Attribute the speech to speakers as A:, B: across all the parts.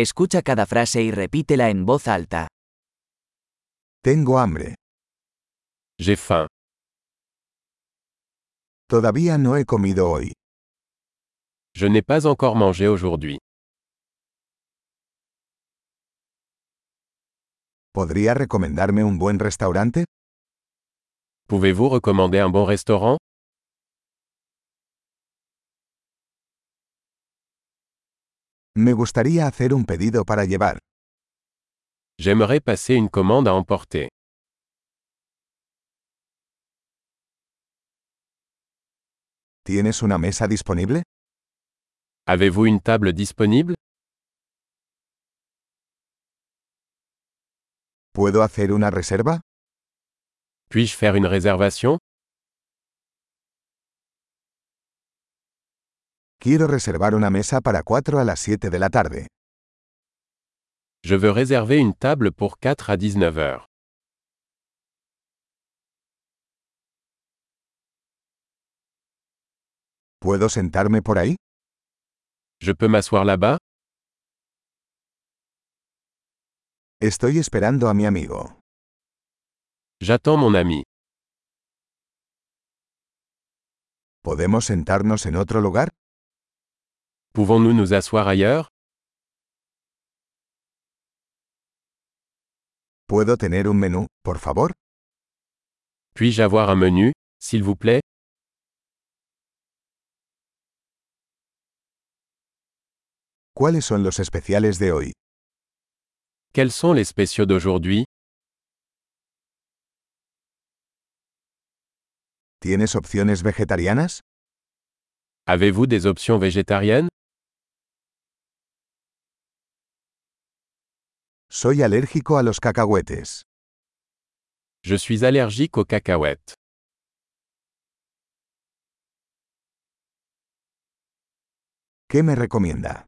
A: Escucha cada frase y repítela en voz alta.
B: Tengo hambre.
C: J'ai faim.
B: Todavía no he comido hoy.
C: Je n'ai pas encore mangé aujourd'hui.
B: ¿Podría recomendarme un buen restaurante?
C: Pouvez-vous recommander un bon restaurant
B: Me gustaría hacer un pedido para llevar.
C: J'aimerais passer une commande à emporter.
B: ¿Tienes una mesa disponible?
C: Avez-vous une table disponible
B: ¿Puedo hacer una reserva?
C: Puis-je faire une réservation
B: Quiero reservar una mesa para 4 a las 7 de la tarde.
C: Je veux réserver une table pour 4 à 19 heures.
B: ¿Puedo sentarme por ahí?
C: Je peux m'asseoir là-bas
B: Estoy esperando a mi amigo.
C: J'attends mon ami.
B: ¿Podemos sentarnos en otro lugar?
C: Pouvons-nous nous asseoir ailleurs
B: ¿Puedo tener un menú, por favor?
C: Puis-je avoir un menu, s'il vous plaît
B: ¿Cuáles son los especiales de hoy?
C: Quels sont les spéciaux d'aujourd'hui
B: ¿Tienes opciones vegetarianas?
C: Avez-vous des options végétariennes
B: Soy alérgico a los cacahuetes.
C: Je suis allergique aux cacahuètes.
B: ¿Qué me recomienda?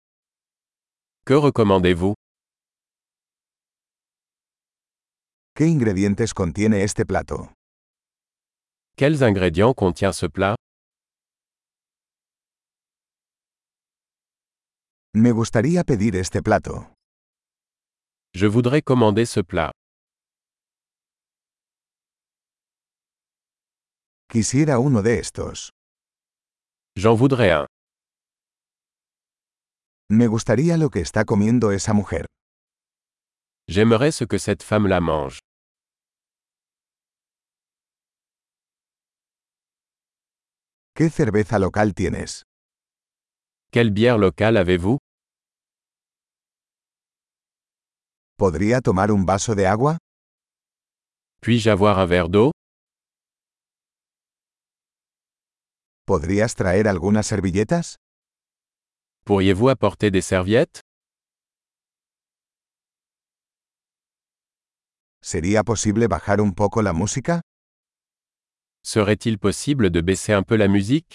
C: Que recommandez-vous
B: ¿Qué ingredientes contiene este plato?
C: Quels ingrédients contient ce plat
B: Me gustaría pedir este plato.
C: Je voudrais commander ce plat.
B: Quisiera uno de estos.
C: J'en voudrais un.
B: Me gustaría lo que está comiendo esa mujer.
C: J'aimerais ce que cette femme la mange.
B: ¿Qué cerveza local tienes?
C: Quelle bière locale avez-vous
B: ¿Podría tomar un vaso de agua?
C: Puis-je avoir un verre d'eau
B: ¿Podrías traer algunas servilletas?
C: Pourriez-vous apporter des serviettes
B: ¿Sería posible bajar un poco la música?
C: Serait-il possible de baisser un peu la musique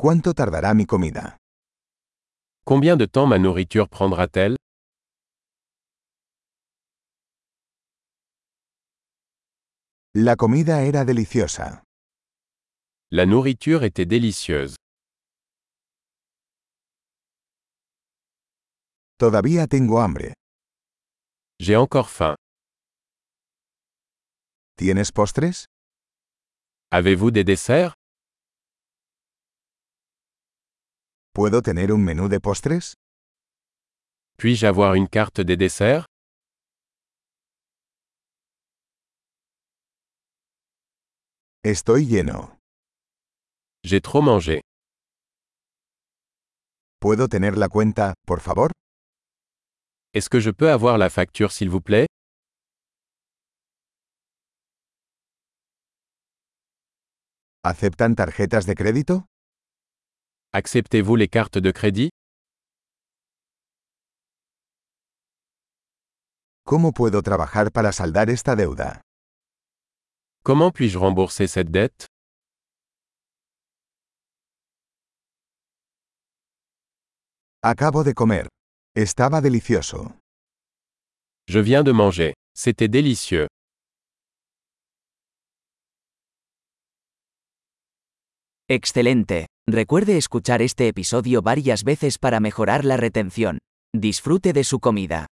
B: ¿Cuánto tardará mi comida?
C: Combien de temps ma nourriture prendra-t-elle
B: La comida era deliciosa.
C: La nourriture était délicieuse.
B: Todavía tengo hambre.
C: J'ai encore faim.
B: ¿Tienes postres?
C: Avez-vous des desserts
B: ¿Puedo tener un menú de postres?
C: Puis-je avoir une carte des desserts
B: Estoy lleno.
C: J'ai trop mangé.
B: ¿Puedo tener la cuenta, por favor?
C: Est-ce que je peux avoir la facture s'il vous plaît
B: ¿Aceptan tarjetas de crédito?
C: Acceptez-vous les cartes de crédit
B: ¿Cómo puedo trabajar para saldar esta deuda?
C: Comment puis-je rembourser cette dette
B: Acabo de comer. Estaba delicioso.
C: Je viens de manger. C'était délicieux.
A: Excelente. Recuerde escuchar este episodio varias veces para mejorar la retención. Disfrute de su comida.